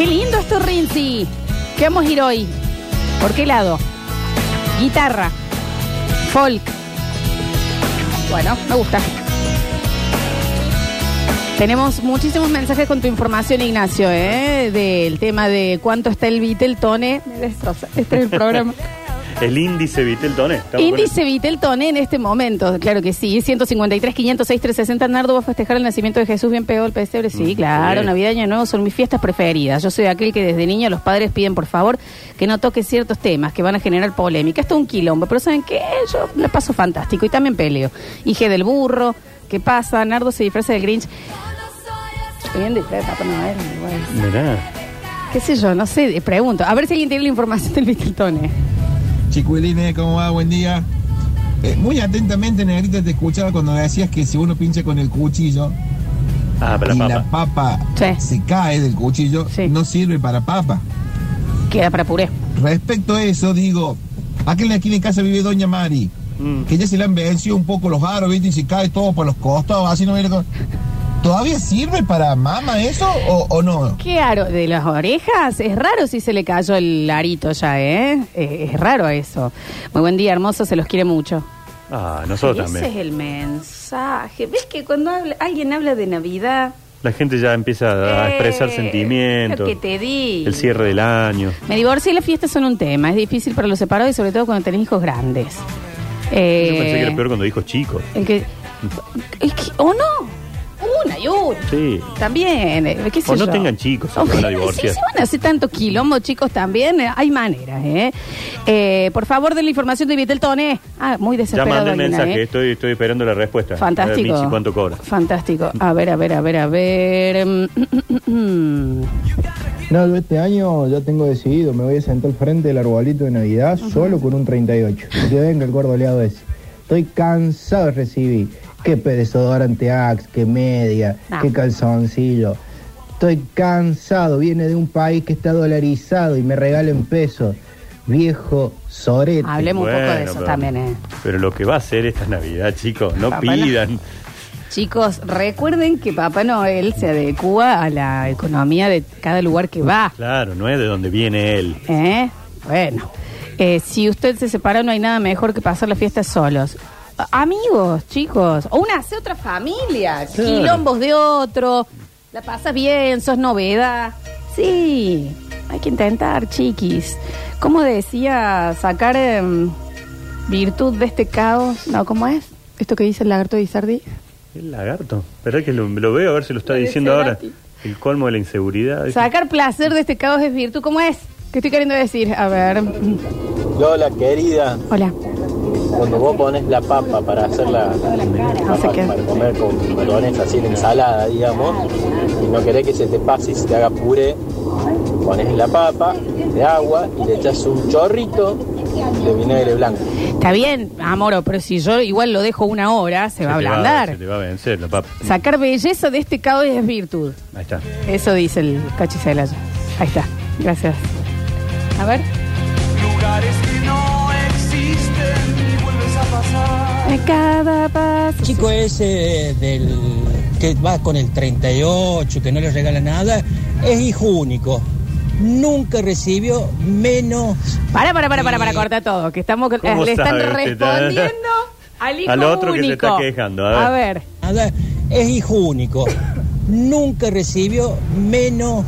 Ernesto Rinzi. ¿Qué vamos a ir hoy? ¿Por qué lado? Guitarra. Folk. Bueno, me gusta. Tenemos muchísimos mensajes con tu información, Ignacio, ¿eh? del tema de cuánto está el Viteltone. Me destroza. Este es el programa. El índice Viteltone. ¿estamos Índice Viteltone en este momento, claro que sí. 153, 506, 360. Nardo va a festejar el nacimiento de Jesús bien pegado el pesebre. Sí, Mm, claro, sí. Navidad y Año Nuevo son mis fiestas preferidas. Yo soy aquel que desde niño los padres piden, por favor, que no toque ciertos temas que van a generar polémica. Esto es un quilombo, pero ¿saben qué? Yo la paso fantástico y también peleo. Hije del burro, ¿qué pasa? Nardo se disfraza del Grinch. Estoy bien disfraz de Papá Noel, bueno. con- Mirá. Qué sé yo, no sé, pregunto. A ver si alguien tiene la información del Viteltone. Chicuelines, ¿cómo va? Buen día. Eh, muy atentamente, Negrita, te escuchaba cuando decías que si uno pincha con el cuchillo Ah, para y la la papa. papa Sí. se cae del cuchillo, Sí. no sirve para papa. Queda para puré. Respecto a eso, digo, aquí en la esquina de casa vive Doña Mari, Mm. que ya se le han vencido un poco los aros, ¿viste? Y se cae todo por los costados, así no viene con- ¿Todavía sirve para mama eso o, o no? ¿Qué aro? ¿De las orejas? Es raro si se le cayó el arito ya, ¿eh? Eh, Es, raro eso. Muy buen día, hermoso, se los quiere mucho. Ah, nosotros Ese es también. el mensaje. ¿Ves que cuando habla- alguien habla de Navidad... La gente ya empieza a expresar eh, Lo sentimientos. que te di. El cierre del año. Me divorcio y las fiestas son un tema. Es difícil para los separados y sobre todo cuando tenés hijos grandes. Eh, Yo pensé que era peor Mm. cuando dijo chico. el que- el que- ¿O no? Una y una. Sí. También, eh, qué sé O Pues no yo. tengan chicos, si O se van a que- divorciar. Si se van a hacer tanto quilombo, chicos, también eh, hay maneras, ¿eh? Eh, Por favor, de la información de Viteltone. Ah, muy Ya desesperado. mandé el Aguilar, mensaje, ¿eh? estoy, estoy esperando la respuesta. A Fantástico. ver, Michi, ¿cuánto cobra? Fantástico. A ver, a ver, a ver, a ver. Mm, mm, mm, mm. No, yo este año ya tengo decidido, me voy a sentar al frente del arbolito de Navidad solo con un 38. Que venga el gordoleado ese. Estoy cansado de recibir. Qué perezodorante Axe, qué media, Ah. qué calzoncillo. Estoy cansado, viene de un país que está dolarizado y me regalen pesos. Viejo sorete. Ah, Hablemos un poco de Bueno, eso pero- también, ¿eh? Pero lo que va a hacer esta Navidad, chicos, no Papá Noel. pidan. Chicos, recuerden que Papá Noel se adecua a la economía de cada lugar que va. Claro, no es de donde viene él. ¿Eh? Bueno. Eh, si usted se separa, no hay nada mejor que pasar la fiesta solos. A- Amigos, chicos. O una hace otra familia. Quilombos de otro. La pasas bien, sos novedad. Sí. Hay que intentar, chiquis. ¿Cómo decía sacar em, virtud de este caos? No, ¿cómo es? Esto que dice el lagarto de Isardi. El lagarto. Verdad que lo, lo veo, a ver si lo está Parece diciendo ahora. Nati. El colmo de la inseguridad. Sacar placer de este caos es virtud. ¿Cómo es? ¿Qué estoy queriendo decir? A ver. Lola, querida, Hola. cuando vos pones la papa para hacer la, la No sé papa qué. para comer con camarones así en ensalada, digamos, y no querés que se te pase y se te haga puré, pones la papa de agua y le echas un chorrito de vinagre blanco. Está bien, amoro, pero si yo igual lo dejo una hora, se, Se va a te ablandar. se te va a vencer la papa. Sacar belleza de este caos es virtud. Ahí está. Eso dice el Cachicela. Ahí está. Gracias. A ver. Lugares que no existen y vuelves a pasar. cada paso. chico ese del que va con el 38, que no le regala nada, es hijo único. Nunca recibió menos Para, para, para, para, para, corta todo. Que estamos, con- ¿Cómo le están sabe usted? respondiendo al hijo Al otro que se único. está quejando, a ver. A ver. nada, es hijo único. Nunca recibió menos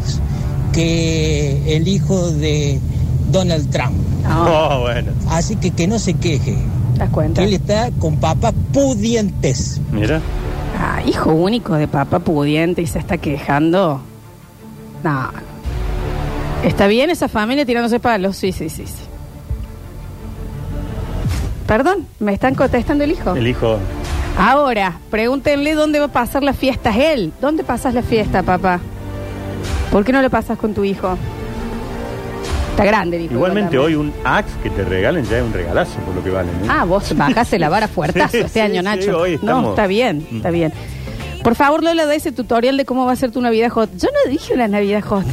que el hijo de Donald Trump. No, Oh, bueno. Así que que no se queje, ¿te das que cuenta? él está con papás pudientes. Mira. Ah, hijo único de papá pudiente y se está quejando. No. ¿Está bien esa familia tirándose palos? Sí, sí, sí, sí. Perdón, me están contestando el hijo. El hijo. Ahora, pregúntenle dónde va a pasar las fiestas él. ¿Dónde pasas la fiesta, papá? ¿Por qué no lo pasas con tu hijo? Está grande, el hijo. Igualmente igual hoy un axe que te regalen ya es un regalazo por lo que valen. ¿eh? también. Ah, vos bajaste la vara fuertazo Sí, este año, sí, Nacho. sí, hoy no, estamos. Mm. está bien, está bien. Por favor, Lola, da ese tutorial de cómo va a ser tu Navidad Hot. Yo no dije una Navidad Hot.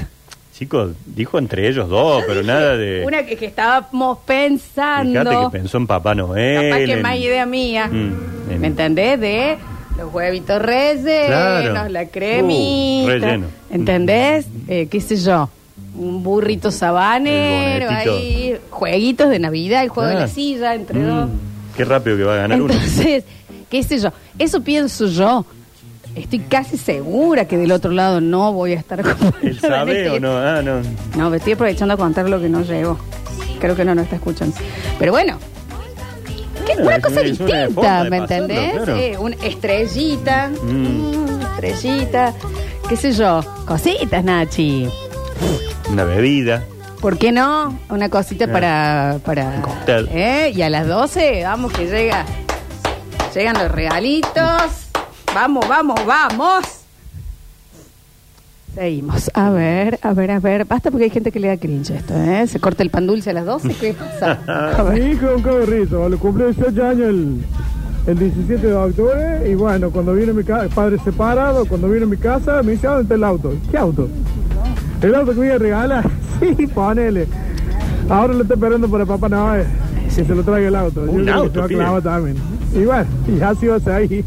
Chicos, dijo entre ellos dos, pero nada de. Una que, que estábamos pensando. Fíjate que pensó en Papá Noel. Capaz que en- más idea mía. Mm, en- ¿Me entendés? De los huevitos rellenos, Claro. la cremita. Uh, relleno. ¿Entendés? Eh, ¿Qué sé yo? un burrito sabanero, El bonetito. ahí, jueguitos de Navidad, el juego de Ah. la silla, entre dos. Mm, Qué rápido que va a ganar uno. Entonces, qué sé yo, eso pienso yo. Estoy casi segura que del otro lado no voy a estar con ¿Él sabe o no? Ah, no. No, me estoy aprovechando a contar lo que no llegó. Creo que no nos está escuchando. Pero bueno, que es Bueno, una es cosa una- es una distinta, forma de ¿me pasarlo, entendés? claro. Sí, una estrellita, Mm. mm, estrellita, qué sé yo, cositas, Nachi. Una bebida. ¿Por qué no? Una cosita para... para cóctel. ¿eh? Y a las 12, vamos que llega. Llegan los regalitos. Vamos, vamos, vamos. Seguimos. A ver, a ver, a ver. Basta porque hay gente que le da cringe esto, ¿eh? Se corta el pan dulce a las 12. ¿Qué pasa? A ver. Mi hijo es un caberrito, lo cumplió 18 años el, el 17 de octubre y bueno, cuando viene mi ca- padre separado, cuando viene a mi casa, me dice, "¿A ¿dónde está el auto? ¿Qué auto? ¿El auto que me iba a regalar? Sí, ponele. Ahora lo está esperando para Papá Noel, que se lo traiga el auto. Un creo que auto, se va a pide. clavar también. Y bueno, y así vas ahí.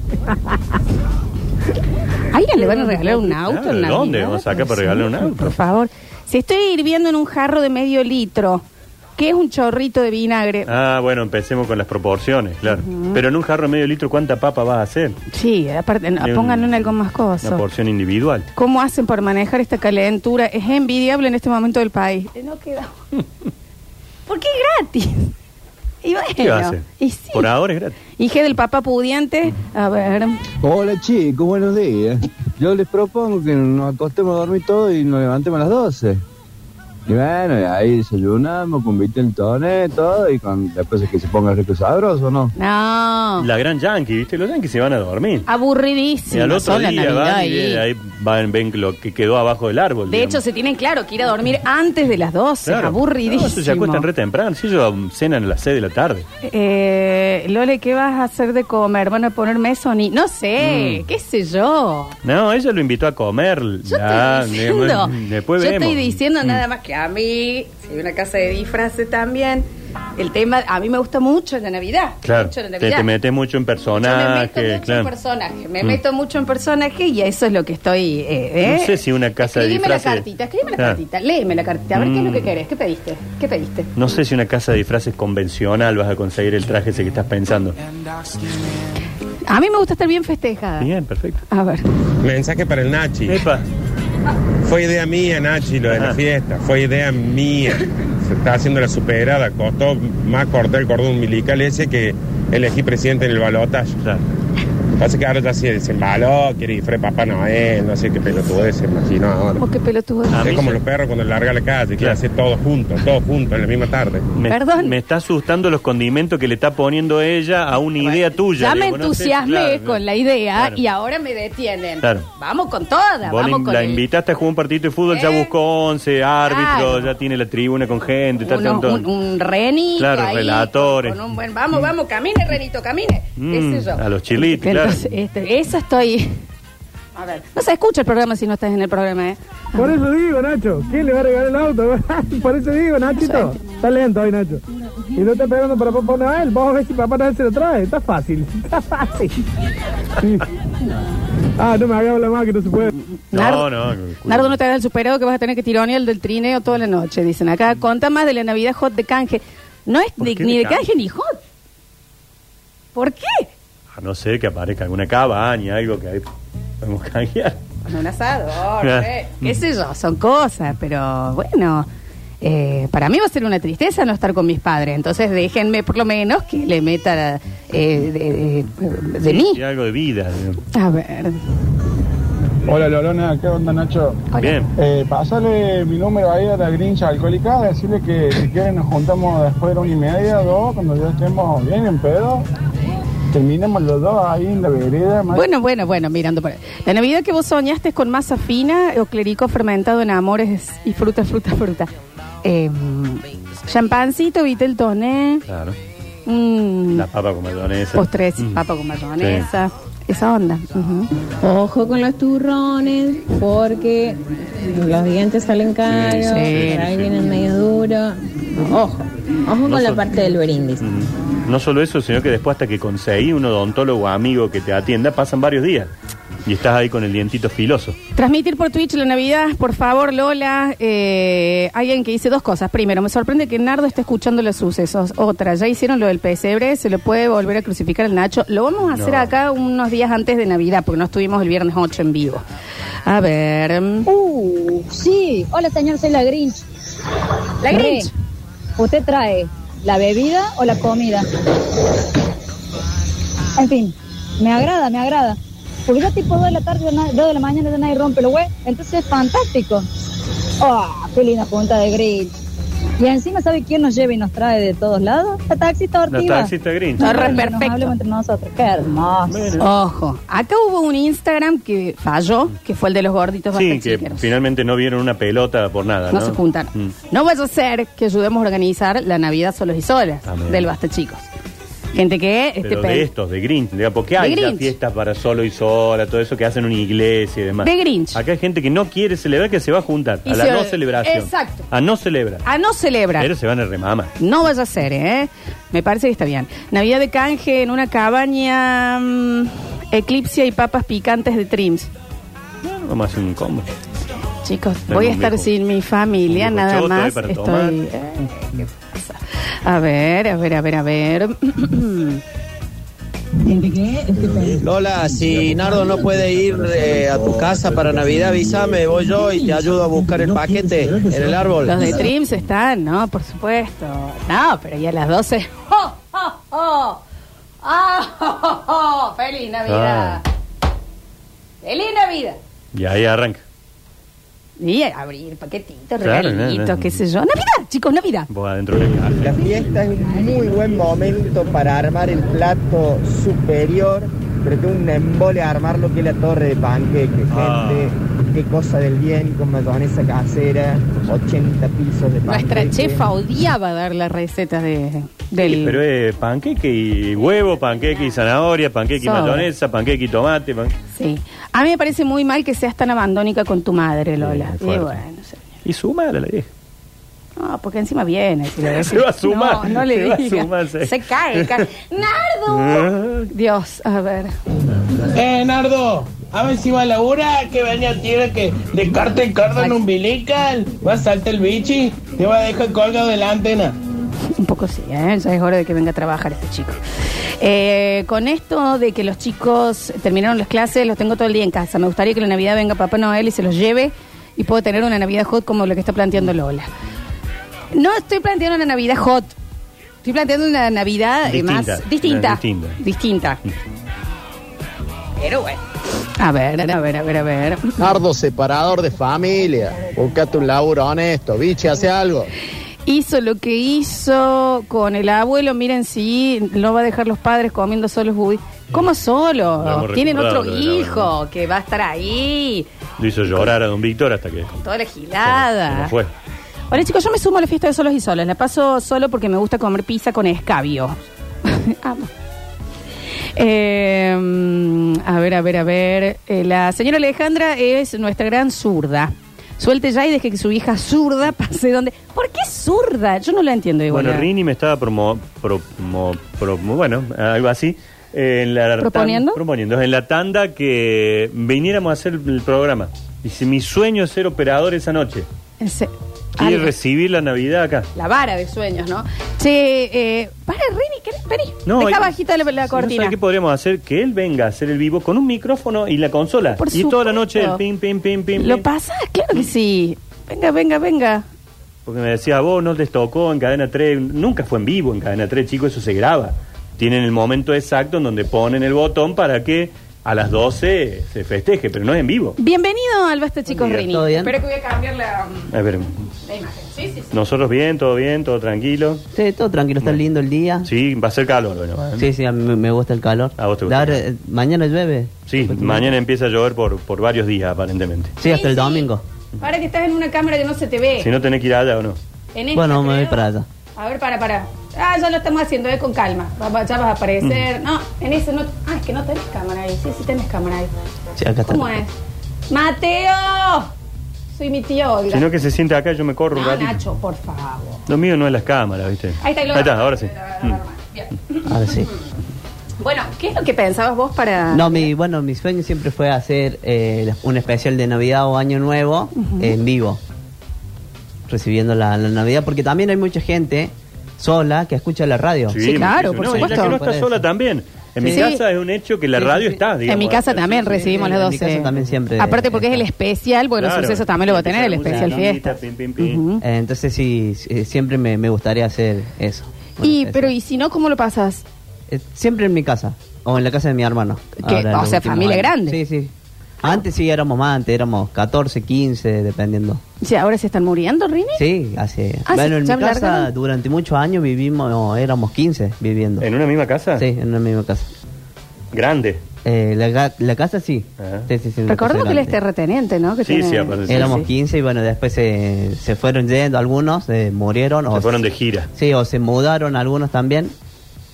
¿A alguien le van a regalar un auto? Claro, en ¿de dónde Navidad? vamos a sacar para regalar un auto? Por favor. Si estoy hirviendo en un jarro de medio litro, que es un chorrito de vinagre. Ah, bueno, empecemos con las proporciones, claro. Pero en un jarro de medio litro, ¿cuánta papa vas a hacer? Sí, aparte, no, De un- pónganlo en algo más Una coso. porción individual. ¿Cómo hacen por manejar esta calentura? Es envidiable en este momento del país. Eh, No queda. Porque es gratis. Y bueno, ¿Qué va a hacer? y sí. Por ahora es gratis. Hija del papá pudiente, a ver. Hola chicos, buenos días. Yo les propongo que nos acostemos a dormir todos y nos levantemos a las 12. Y bueno, y ahí desayunamos, con Viteltoné, todo, y con, después es que se ponga rico y sabroso, ¿no? No. La gran yankee, ¿viste? Los yankees se van a dormir. Aburridísimo. y al otro sola día Navidad van y ahí. eh, ahí van, ven lo que quedó abajo del árbol. De hecho, se tienen claro que ir a dormir antes de las 12. Aburridísimo. No, eso se acuestan re temprano. Si ellos um, cenan a las 6 de la tarde. Eh, Lole, ¿qué vas a hacer de comer? ¿Van a poner mesoni? No sé, Mm. qué sé yo. No, ella lo invitó a comer. Yo Ya, estoy diciendo, después- después yo vemos. Mm. estoy diciendo nada más que a mí, si hay una casa de disfraces también, el tema, a mí me gusta mucho la Navidad. Claro, mucho la te, Navidad. te metes mucho Yo me meto en personaje. mucho en claro. personaje, me Mm. meto mucho en personaje y a eso es lo que estoy... eh, No eh. sé si una casa de Escribime disfraces- la cartita, escribime la Claro. cartita, léeme la cartita, a ver qué es lo que Mm. querés, qué pediste, qué pediste. No sé si una casa de disfraces convencional vas a conseguir el traje ese que estás pensando. A mí me gusta estar bien festejada. Bien, perfecto. A ver. Mensaje para el Nachi. Epa. Fue idea mía, Nachi, lo de Eh. Ajá. la fiesta. Fue idea mía. Se está haciendo la superada. Costó más cortar el cordón umbilical ese que elegí presidente en el balotaje. Claro. Pasa que ahora ya se desembaló, quiere disfrazar Papá Noel, no sé qué pelotudez se imagino ahora. Oh, qué pelotudo. A mí Es como se- los perros cuando larga la calle, que Claro. hace todos juntos, todos juntos en la misma tarde. Me, Perdón. me está asustando los condimentos que le está poniendo ella a una idea tuya. Ya me Digo, no sé, entusiasmé claro, con la idea claro. y ahora me detienen. Claro. Vamos con toda, Vos vamos la- con la el- invitaste a jugar un partido de fútbol, ya Eh. buscó 11 árbitros, Claro. ya tiene la tribuna con gente, está uno- tanto- un, un renito. Claro, ahí, relatores. con un buen, vamos, vamos, camine, renito, camine. Mm, qué sé yo. a los chilitos, claro. Entonces, este, eso estoy. A ver, no se escucha el programa si no estás en el programa, ¿eh? Por eso digo, Nacho, ¿quién le va a regalar el auto? Por eso digo, Nachito. Está lento hoy, Nacho. Y no está pegando para Papá Noel. Vamos a ver si Papá Noel se lo trae. Está fácil, está fácil. Sí. Ah, no me había hablado más que no se puede. No, no, Nardo, no te hagas el superado que vas a tener que tironear el del trineo toda la noche, dicen acá. Conta más de la Navidad hot de canje. No es Mm. ¿Por de- qué ni de de canje? canje ni hot. ¿Por qué? A no ser que aparezca alguna cabaña, algo que ahí podemos canjear. Con un asador, Claro. eh. qué sé yo, son cosas, pero bueno, eh, para mí va a ser una tristeza no estar con mis padres, entonces déjenme por lo menos que le meta eh, de, de- de mí. Y algo de vida. digamos. A ver, Hola, Lolona. ¿Qué onda, Nacho? Hola. Bien. Eh, pasale mi número ahí a la grincha alcohólica, decirle que si quieren nos juntamos después de la una y media, dos, cuando ya estemos bien en pedo. Terminemos los dos ahí en la vereda. más- bueno, bueno, bueno, mirando por ahí. La Navidad que vos soñaste es con masa fina o clerico fermentado en amores y fruta, fruta, fruta. Eh, champancito, vitel toné, Claro. mm, La papa con mayonesa. postres, Mm. papa con mayonesa, esa onda. ujú. Ojo con los turrones, porque los dientes salen caros, Sí, sí, por ahí sí. vienen medio duros. Ojo, ojo No con la son- parte del brindis. Mm. Mm. No solo eso, sino que después hasta que conseguí un odontólogo amigo que te atienda, pasan varios días. Y estás ahí con el dientito filoso. Transmitir por Twitch la Navidad, por favor, Lola. Eh, alguien que dice dos cosas. Primero, me sorprende que Nardo esté escuchando los sucesos. Otra, ya hicieron lo del pesebre, se lo puede volver a crucificar al Nacho. Lo vamos a hacer No. acá unos días antes de Navidad, porque no estuvimos el viernes 8 en vivo. A ver. Uh, sí. Hola, señor, soy la Grinch. La Re, Grinch. ¿Usted trae la bebida o la comida? En fin, me agrada, me agrada. Porque yo tipo 2 de la tarde, 2 de la mañana ya nadie rompe los huevos. Entonces es fantástico. ¡Ah, qué linda punta de Grinch! Y encima, ¿sabe quién nos lleva y nos trae de todos lados? La taxista La Ortiva. taxista Grinch. No, re Bueno, nos perfecto. hablemos entre nosotros. ¡Qué hermoso! Ojo, acá hubo un Instagram que falló, que fue el de los gorditos Sí, que bastachiqueros. finalmente no vieron una pelota por nada. No, No se juntan. Mm. No vaya a ser que ayudemos a organizar la Navidad solos y solas Amén. del Basta Chicos. Gente que este, Pero pe- de estos, de Grinch, digamos, porque hay ya Grinch. fiestas para solo y sola, todo eso que hacen en una iglesia y demás. De Grinch. Acá hay gente que no quiere celebrar, que se va a juntar Y a la se- no celebración. Exacto. A no celebrar. a Ah, no celebrar. Pero se van a remama. No vaya a ser, ¿eh? Me parece que está bien. Navidad de canje en una cabaña, mm, eclipsia y papas picantes de Trims. Vamos a hacer un combo. Chicos, Tengo voy a un estar viejo- sin mi familia, un viejo nada choto ahí más. para tomar. Estoy. eh, ¿qué pasa? A ver, a ver, a ver, a ver. Lola, si Nardo no puede ir eh, a tu casa para Navidad, avísame, voy yo y te ayudo a buscar el paquete en el árbol. Los de Trims están, ¿no? Por supuesto. No, pero ya a las 12. ¡Oh, oh, oh! ¡Ah, oh, oh, oh! feliz Navidad! Ah. ¡Feliz Navidad! Y ahí arranca. Y abrir paquetitos, Claro, regalitos, no, no. qué sé yo. ¡Navidad, chicos, Navidad! Vos adentro de la caja. La fiesta es un muy buen momento para armar el plato superior, pero que un embole a armar lo que es la torre de panqueques, gente. Ah. Qué cosa del bien con mayonesa casera, 80 pisos de Nuestra panqueque. chefa odiaba dar las recetas de, del... Pero es panqueque y huevo, panqueque y zanahoria, panqueque y Sobra. mayonesa, panqueque y tomate. pan- Sí. A mí me parece muy mal que seas tan abandónica con tu madre, Lola. Sí, y fuerte. bueno, señor. Y suma a la vieja. No, porque encima viene. si le decís. Se va a sumar, No, no le se va a digas. sumar, sí. Se cae, cae. ¡Nardo! Dios, a ver. Eh, Nardo, a ver si va a laura, que venía tira que de carta en carta en umbilical, va a saltar el bichi, te va a dejar colgado de la antena. Un poco sí, ¿eh? Ya es hora de que venga a trabajar este chico. Eh, con esto de que los chicos terminaron las clases, los tengo todo el día en casa. Me gustaría que la Navidad venga Papá Noel y se los lleve y puedo tener una Navidad hot como lo que está planteando Lola. No estoy planteando una Navidad hot. Estoy planteando una Navidad eh, más Distinta. distinta. Una distinta. Distinta. Pero bueno. A ver, a ver, a ver, a ver. Nardo, separador de familia, búscate un laburo honesto, bichi, hace algo. Hizo lo que hizo con el abuelo, miren si no va a dejar los padres comiendo solos budín. ¿Cómo Lo solo? hemos Tienen recuperado otro lo del abuelo, hijo que va a estar ahí, Lo hizo llorar a don Víctor hasta que. toda la se gilada. nos fue. Ahora chicos, yo me sumo a la fiesta de solos y solas. La paso solo porque me gusta comer pizza con escabio. Amo. Eh, a ver, a ver, a ver. Eh, la señora Alejandra es nuestra gran zurda. Suelte ya y deje que su hija zurda pase donde. ¿Por qué zurda? Yo no la entiendo igual. Bueno, Rini me estaba promo, promo- promo- bueno, algo así. eh, en la tan- ¿Proponiendo? proponiendo. En la tanda que viniéramos a hacer el programa. Dice, mi sueño es ser operador esa noche. Ese- Y algo. recibir la Navidad acá. La vara de sueños, ¿no? Che, eh, para, Rini, ¿querés? vení. No, Deja y- bajita la, la si no cortina. sabe ¿Qué podríamos hacer? Que él venga a hacer el vivo con un micrófono y la consola. Por y toda la noche el supuesto. pim, pim, pim, pim. ¿Lo pim. pasás? Claro que sí. Venga, venga, venga. Porque me decía, vos no les tocó en Cadena 3. Nunca fue en vivo en Cadena 3, chicos, eso se graba. Tienen el momento exacto en donde ponen el botón para que a las 12 se festeje, pero no es en vivo. Bienvenido al Basta Chicos día, Rini. ¿todo bien? Espero que voy a cambiar la, mm, A ver, la imagen. Sí, sí, sí. nosotros bien, todo bien, todo tranquilo. Sí, todo tranquilo, está lindo el día. Sí, va a ser calor, bueno. ¿eh? Sí, sí, a mí me- me gusta el calor. A vos te gusta. Dar, eh, mañana llueve. Sí, mañana empieza a llover por, por varios días, aparentemente. Sí, hasta el domingo. Ahora que estás en una cámara que no se te ve. Si no tenés que ir allá o no. En esta, Bueno, me creo. voy para allá. A ver, para, para. Ah, ya lo estamos haciendo, eh, con calma. Va- va- ya vas a aparecer. Mm. No, en eso no. Ah, es que no tenés cámara ahí. Sí, sí tenés cámara ahí. Sí, acá está. ¿Cómo es? ¡Mateo! Soy mi tío Olga. Si no que se sienta acá, yo me corro un No, ratito. Ah, Nacho, por favor. Lo mío no es las cámaras, ¿viste? Ahí está, y lo- ahora sí. Bien. Ahora sí. Bueno, ¿qué es lo que pensabas vos para.? No, mi, bueno, mi sueño siempre fue hacer eh, un especial de Navidad o Año Nuevo en vivo, recibiendo la, la Navidad, porque también hay mucha gente sola que escucha la radio. Sí, Sí, claro, muchísimo. por No, y la supuesto. que no está sola también. En mi Sí. casa es un hecho que la Sí, radio sí. está, digamos. en mi casa también recibimos eh, sí, las en 12. mi casa también siempre. Aparte, porque es el especial, bueno, Claro. suceso también lo va a tener, el Música, especial fiesta. musiquita, pim, pim, pim. Ujú. Eh, Entonces sí, sí, siempre me, me gustaría hacer eso. un Y, especial. pero, ¿y si no, cómo lo pasas? Eh, siempre en mi casa, o en la casa de mi hermano. Que, ahora en o los sea, últimos familia años. grande. Sí, sí. Antes sí éramos más, antes éramos 14, 15, dependiendo. ¿Ya ahora se están muriendo, Rini? Sí, hace. Ah, bueno, sí, en mi ya casa largaron. durante muchos años vivimos, no, éramos 15 viviendo. ¿En una misma casa? Sí, en la misma casa. Grande. Eh, la, ga- la casa sí. Ajá. Sí, sí, sí, una Recordemos casa que él es grande. terrateniente, ¿no? Que Sí, sí, aparece. Éramos Sí, sí. 15 y bueno, después se, se fueron yendo algunos, se murieron. Se o fueron de gira. Sí, o se mudaron algunos también.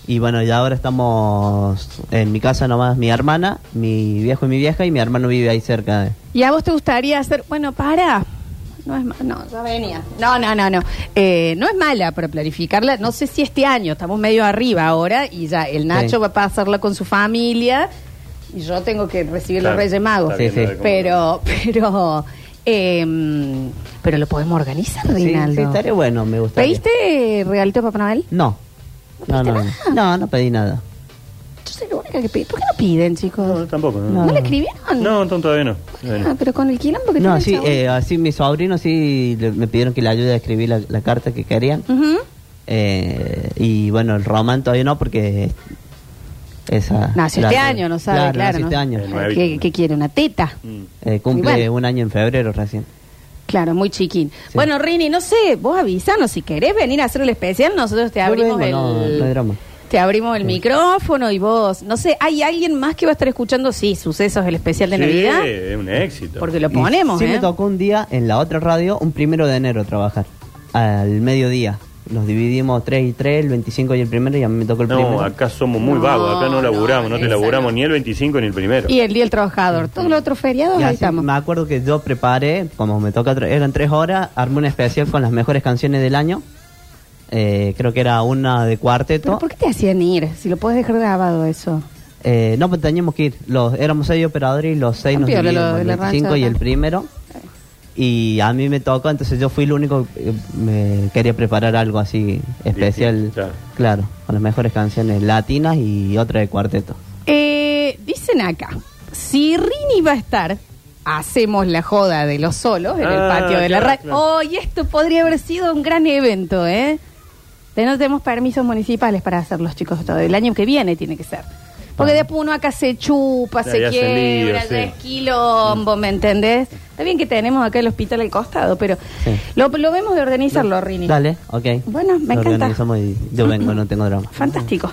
Y bueno, ya ahora estamos en mi casa nomás mi hermana, mi viejo y mi vieja, y mi hermano vive ahí cerca. de- ¿Y a vos te gustaría hacer.? Bueno, para. No es ma- No, ya venía. No, no, no, no. Eh, no es mala para planificarla. No sé si este año, estamos medio arriba ahora y ya el Nacho Sí. va a pasarla con su familia y yo tengo que recibir Claro, los Reyes Magos. está bien, Sí, sí. a ver cómo- Pero, pero. em, pero lo podemos organizar, Sí, Reinaldo. sí, estaría bueno, me gustaría. ¿Pediste regalito a Papá Noel? No. No, no, no. No, no pedí nada. Yo soy la única que pide. ¿Por qué no piden, No, chicos? tampoco. ¿No, No, le escribieron? no, no, todavía no. Todavía Ah, no. pero con el quilombo que tiene No, el sí, chabón. eh, así mis sobrinos sí le- me pidieron que le ayude a escribir la, la carta que querían. Ujú. Eh, y bueno, el román todavía no, porque esa... Nació este la- año, no sabe, claro. nació ¿no? este año. El nuevito. ¿Qué, qué quiere? ¿Una teta? Mm. Eh, cumple Y bueno. un año en febrero recién. Claro, muy chiquín. Sí. Bueno, Rini, no sé, vos avisanos si querés venir a hacer el especial, nosotros te Yo abrimos vengo, no, el... no hay drama. Te abrimos el micrófono y vos... No sé, ¿hay alguien más que va a estar escuchando? Sí, sucesos, el especial de Sí, Navidad. es un éxito. Porque lo Y ponemos, sí ¿eh? me tocó un día en la otra radio, un primero de enero trabajar, al mediodía. Nos dividimos 3 y 3, el 25 y el primero, y a mí me tocó el No, primero. acá somos muy No, vagos, acá no, no laburamos, no, te esa laburamos no. ni el 25 ni el primero. Y el Día del Trabajador. Todos los otros feriados, Y ahí así estamos. me acuerdo que yo preparé, como me toca, tra- eran tres horas, armé un especial con las mejores canciones del año. Eh, creo que era una de ¿Pero cuarteto. por qué te hacían ir? Si lo podés dejar grabado eso. Eh, no, pero teníamos que ir. Los, éramos seis operadores y los seis nos Campeón, lo- dividimos, lo- el la rancha 25 y acá. el primero. Y a mí me tocó, entonces yo fui el único que eh, me quería preparar algo así especial. Distinto. Claro, con las mejores canciones latinas y otra de cuarteto. Eh, dicen acá, si Rini va a estar, hacemos la joda de los solos en el Ah, patio de la claro, radio. claro. Hoy esto podría haber sido un gran evento, ¿eh? Pero no tenemos permisos municipales para hacerlos, chicos, todo. El año que viene tiene que ser. Porque después uno acá se chupa, Ah. Ya, se ya hacen lío, quiebra, sí. ya es quilombo, ¿me entendés? Está bien que tenemos acá el hospital al costado, pero Sí. lo, lo vemos de organizarlo, Rini. Dale, ok. Bueno, me Lo encanta. organizamos y yo vengo, no tengo drama. Fantástico.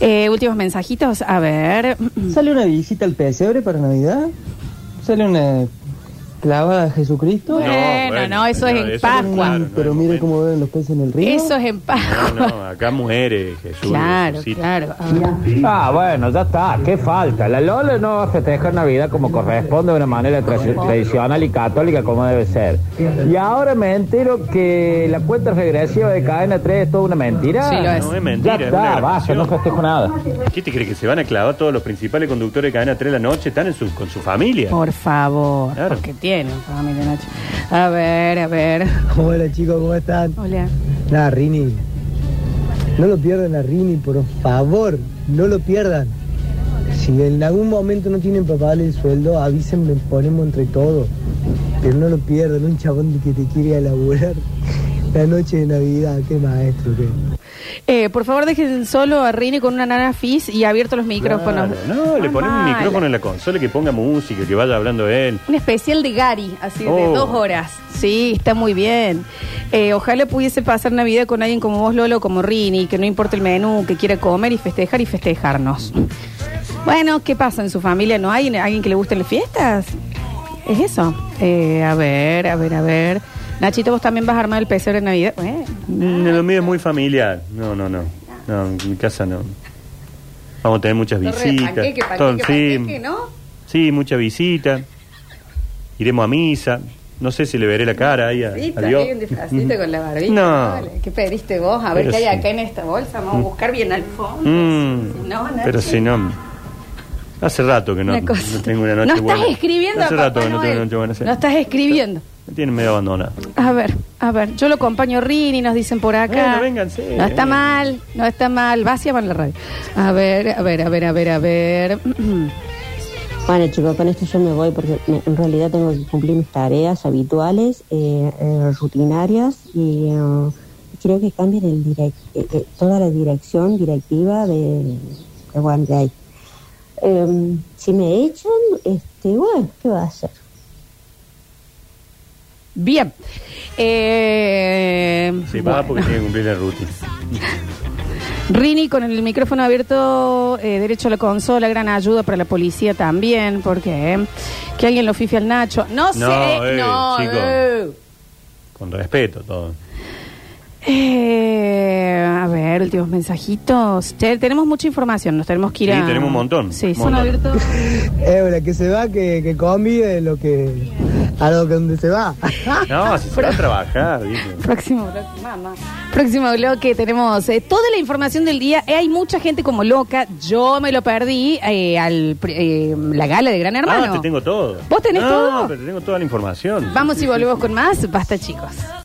Eh, últimos mensajitos, a ver. ¿Sale una visita al pesebre para Navidad? ¿Sale una clavada a Jesucristo? Bueno, no, eso es en Pascua. claro, no Pero hay mire momento. cómo beben los peces en el río. Eso es en Pascua. No, no, acá muere Jesús. Claro, Jesucito. claro. A ver. Ah, bueno, ya está, qué falta. La Lola no va a festejar Navidad como corresponde, de una manera tra- tradicional y católica como debe ser. Y ahora me entero que la cuenta regresiva de cadena 3 es toda una mentira. Sí, lo es. No es mentira, ya es una está, basta, grabación. no festejo nada. ¿Qué te crees que se van a clavar todos los principales conductores de cadena 3 de la noche? Están en su- con su familia. Por favor, Claro. porque tiene familia Nacho. A ver, a ver. Hola chicos, ¿cómo están? Hola. Nada, Rini. No lo pierdan a Rini, por favor, no lo pierdan. Si en algún momento no tienen para pagarle el sueldo, avísenme, ponemos entre todos. Pero no lo pierdan, un chabón que te quiere elaborar la noche de Navidad, qué maestro que. Eh, por favor, dejen solo a Rini con una nana fizz y abierto los micrófonos. Claro, No, le Ah, ponemos un mal. micrófono en la consola que ponga música, que vaya hablando él. Un especial de Gary, así de Oh. dos horas. Sí, está muy bien. Eh, ojalá pudiese pasar Navidad con alguien como vos, Lolo, como Rini, que no importa el menú, que quiera comer y festejar y festejarnos. Bueno, ¿qué pasa en su familia? ¿No hay alguien que le gusten las fiestas? Es eso. Eh, a ver, a ver, a ver. Nachito, vos también vas a armar el pesebre en Navidad. Bueno. Mm, Lo mío es muy familiar. No, no, no. No, en mi casa no. Vamos a tener muchas visitas. todo- sí, ¿no? sí, muchas visitas. Iremos a misa. No sé si le veré la cara ahí a, Disfrazito, a Dios. hay un disfrazito con la barbita. No. vale. ¿Qué pediste vos? A ver Pero qué hay sí. acá en esta bolsa. Vamos a Mm. buscar bien al fondo. Mm, Si no, Nachi. pero si no. Hace rato que no, Una cosa. no tengo una noche No estás buena. escribiendo Hace a rato Papá que no tengo Noel. una noche buena. sí. No estás escribiendo. Me tienen medio abandonado. A ver, a ver. Yo lo acompaño Rini, nos dicen por acá. Bueno, vénganse. No está mal, no está mal. Va hacia la radio. A ver, a ver, a ver, a ver, a ver. Bueno chicos, con esto yo me voy porque me- en realidad tengo que cumplir mis tareas habituales, eh, eh, rutinarias y eh, creo que cambien el direc- eh, eh, toda la dirección directiva de, de One Day. Eh, si me echan, este, bueno, ¿qué va a hacer? Bien. Eh, Sí, va porque tiene que cumplir la rutina. Rini con el micrófono abierto, eh, derecho a la consola, gran ayuda para la policía también, porque eh, que alguien lo fifie al Nacho. No sé, No, eh, no. chico. eh. Con respeto todo. Eh, a ver, últimos mensajitos. Te- tenemos mucha información, nos tenemos que ir Sí, a- tenemos un montón, Sí, un son montón. abiertos. Eh, Ébola, que se va, que, que convide lo que, a lo que donde se va. No, si se va a trabajar. dice. Próximo bloque, mamá. Próximo bloque tenemos eh, toda la información del día. Eh, hay mucha gente como loca. Yo me lo perdí eh, al pri- eh, la gala de Gran Hermano. Ah, te tengo todo. ¿Vos tenés No, todo? pero te tengo toda la información. Vamos y volvemos con más. Basta, chicos.